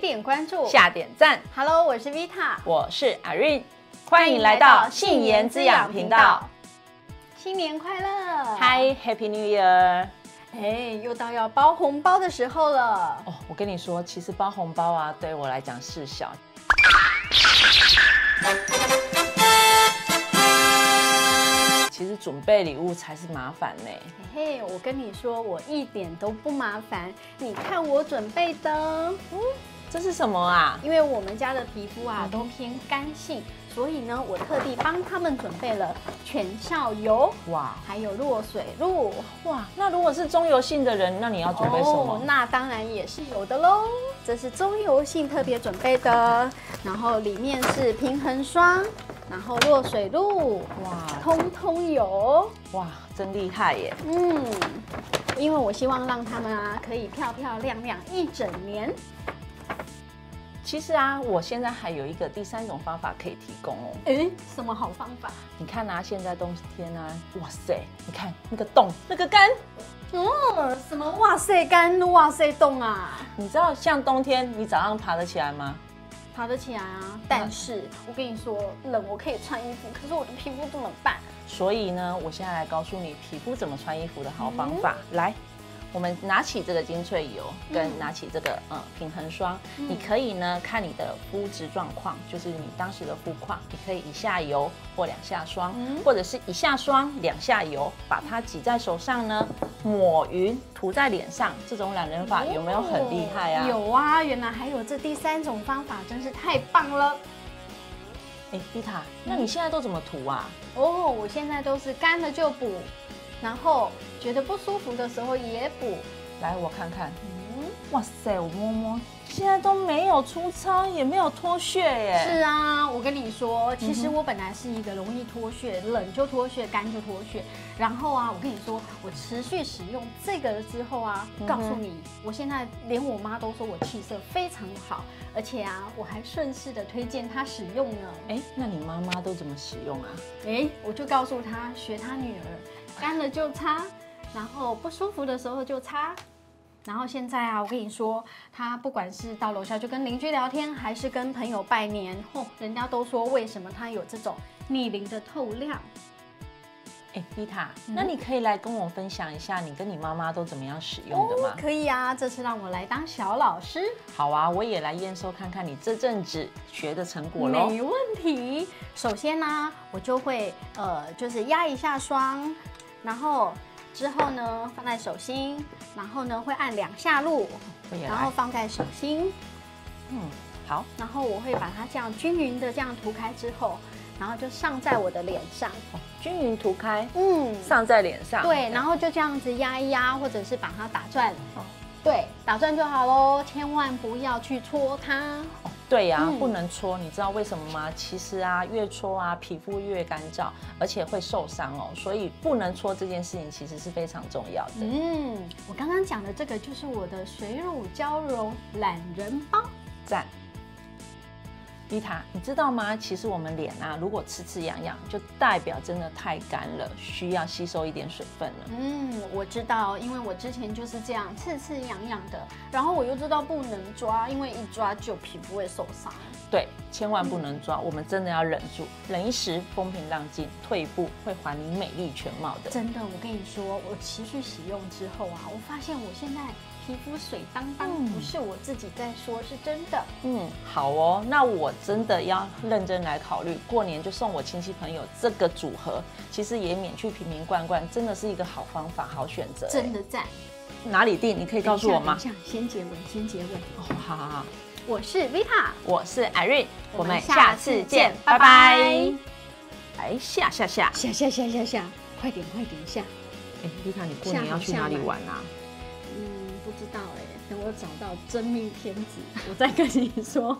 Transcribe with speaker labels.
Speaker 1: 点关注，
Speaker 2: 下点赞。
Speaker 1: Hello，我是 Vita，
Speaker 2: 我是 Irene，欢迎来到信言滋养频道。，
Speaker 1: 新年快乐！，
Speaker 2: Hi Happy New Year！
Speaker 1: 哎，又到要包红包的时候了。
Speaker 2: 哦，我跟你说，其实包红包啊，对我来讲是小。其实准备礼物才是麻烦呢、
Speaker 1: 嘿，我跟你说，我一点都不麻烦，你看我准备的。
Speaker 2: 嗯这是什么啊？
Speaker 1: 因为我们家的皮肤
Speaker 2: 嗯
Speaker 1: 啊都偏干性，所以呢，我特地帮他们准备了全效油，
Speaker 2: 哇
Speaker 1: 还有落水露。
Speaker 2: 哇，那如果是中油性的人，那你要准备什么？
Speaker 1: 哦那当然也是有的喽。这是中油性特别准备的，然后里面是平衡霜，然后落水露，
Speaker 2: 哇
Speaker 1: 通通有。
Speaker 2: 哇，真厉害耶！
Speaker 1: 嗯，因为我希望让他们啊可以漂漂亮亮一整年。
Speaker 2: 其实啊，我现在还有一个第三种方法可以提供哦。
Speaker 1: 诶，什么好方法？
Speaker 2: 你看啊，现在冬天啊，哇塞，你看那个洞，那个干，
Speaker 1: 嗯，什么哇塞干，哇塞冻啊！
Speaker 2: 你知道像冬天你早上爬得起来吗？
Speaker 1: 爬得起来啊，但是我跟你说，冷我可以穿衣服，可是我的皮肤怎么办？
Speaker 2: 所以呢，我现在来告诉你皮肤怎么穿衣服的好方法。来，我们拿起这个精粹油，跟拿起这个呃平衡霜，你可以呢看你的肤质状况，就是你当时的肤况，你可以一下油或两下霜，或者是一下霜两下油，把它挤在手上呢，抹匀涂在脸上，这种懒人法
Speaker 1: 哦
Speaker 2: 有没有很厉害啊？
Speaker 1: 有啊，原来还有这第三种方法，真是太棒了。
Speaker 2: 哎，丽塔，
Speaker 1: 嗯
Speaker 2: 那你现在都怎么涂啊？
Speaker 1: 哦，我现在都是干了就补，然后觉得不舒服的时候也补。
Speaker 2: 来，我看看。
Speaker 1: 嗯，
Speaker 2: 哇塞，我摸摸，现在都没有粗糙，也没有脱屑耶。
Speaker 1: 是啊，我跟你说，其实我本来是一个容易脱屑，冷就脱屑，干就脱屑。然后啊，我跟你说，我持续使用这个之后啊，
Speaker 2: 嗯
Speaker 1: 告诉你，我现在连我妈都说我气色非常好，而且啊，我还顺势的推荐她使用呢。
Speaker 2: 哎，那你妈妈都怎么使用啊？
Speaker 1: 哎，我就告诉她，学她女
Speaker 2: 哎
Speaker 1: 儿，干了就擦，然后不舒服的时候就擦。然后现在啊，我跟你说，她不管是到楼下就跟邻居聊天，还是跟朋友拜年，吼、人家都说为什么她有这种逆龄的透亮。
Speaker 2: 哎，丽塔，
Speaker 1: 嗯
Speaker 2: 那你可以来跟我分享一下你跟你妈妈都怎么样使用的
Speaker 1: 哦
Speaker 2: 吗？
Speaker 1: 可以啊，这次让我来当小老师，
Speaker 2: 好啊，我也来验收看看你这阵子学的成果喽。
Speaker 1: 没问题。首先呢、我就会呃，就是压一下霜，然后之后呢放在手心，然后呢会按两下路，
Speaker 2: 我也
Speaker 1: 然后
Speaker 2: 来，
Speaker 1: 放在手心，
Speaker 2: 嗯，好，
Speaker 1: 然后我会把它这样均匀的这样涂开之后，然后就上在我的脸上。
Speaker 2: 均匀涂开，
Speaker 1: 嗯，
Speaker 2: 上在脸上。
Speaker 1: 对，然后就这样子压一压，或者是把它打转
Speaker 2: 哦。
Speaker 1: 对，打转就好喽，千万不要去搓它。
Speaker 2: 对呀、
Speaker 1: 嗯
Speaker 2: 不能搓，你知道为什么吗？其实啊，越搓啊，皮肤越干燥，而且会受伤哦。所以不能搓这件事情其实是非常重要的。
Speaker 1: 嗯，我刚刚讲的这个就是我的水乳交融懒人包。
Speaker 2: 赞。丽塔，你知道吗？其实我们脸啊，如果刺刺痒痒，就代表真的太干了，需要吸收一点水分了。
Speaker 1: 嗯，我知道，因为我之前就是这样刺刺痒痒的，然后我又知道不能抓，因为一抓就皮肤会受伤。
Speaker 2: 对，千万不能
Speaker 1: 嗯
Speaker 2: 抓，我们真的要忍住，忍一时风平浪静，退一步会还你美丽全貌的。
Speaker 1: 真的，我跟你说，我持续使用之后啊，我发现我现在皮肤水当当，
Speaker 2: 嗯
Speaker 1: 不是我自己在说，是真的。
Speaker 2: 嗯，好哦，那我真的要认真来考虑，过年就送我亲戚朋友这个组合，其实也免去瓶瓶罐罐，真的是一个好方法，好选择。
Speaker 1: 真的赞！
Speaker 2: 哪里定？你可以告诉我
Speaker 1: 等
Speaker 2: 吗
Speaker 1: 一？下，等一下先结尾，先结尾。
Speaker 2: 哦，好好好。
Speaker 1: 我是 Vita，
Speaker 2: 我是 Irene，
Speaker 1: 我
Speaker 2: 我
Speaker 1: 们
Speaker 2: 们
Speaker 1: 下
Speaker 2: 下
Speaker 1: 次
Speaker 2: 次
Speaker 1: 见
Speaker 2: 见，
Speaker 1: 拜
Speaker 2: 拜
Speaker 1: 拜
Speaker 2: 拜。哎，下下下，
Speaker 1: 下下下下下，快点快点下。
Speaker 2: 哎，丽塔，你过
Speaker 1: 下
Speaker 2: 年要
Speaker 1: 好
Speaker 2: 去
Speaker 1: 下
Speaker 2: 哪里
Speaker 1: 满
Speaker 2: 玩啊？
Speaker 1: 欸嗯，不知道哎、等我找到真命天子，我再跟你说。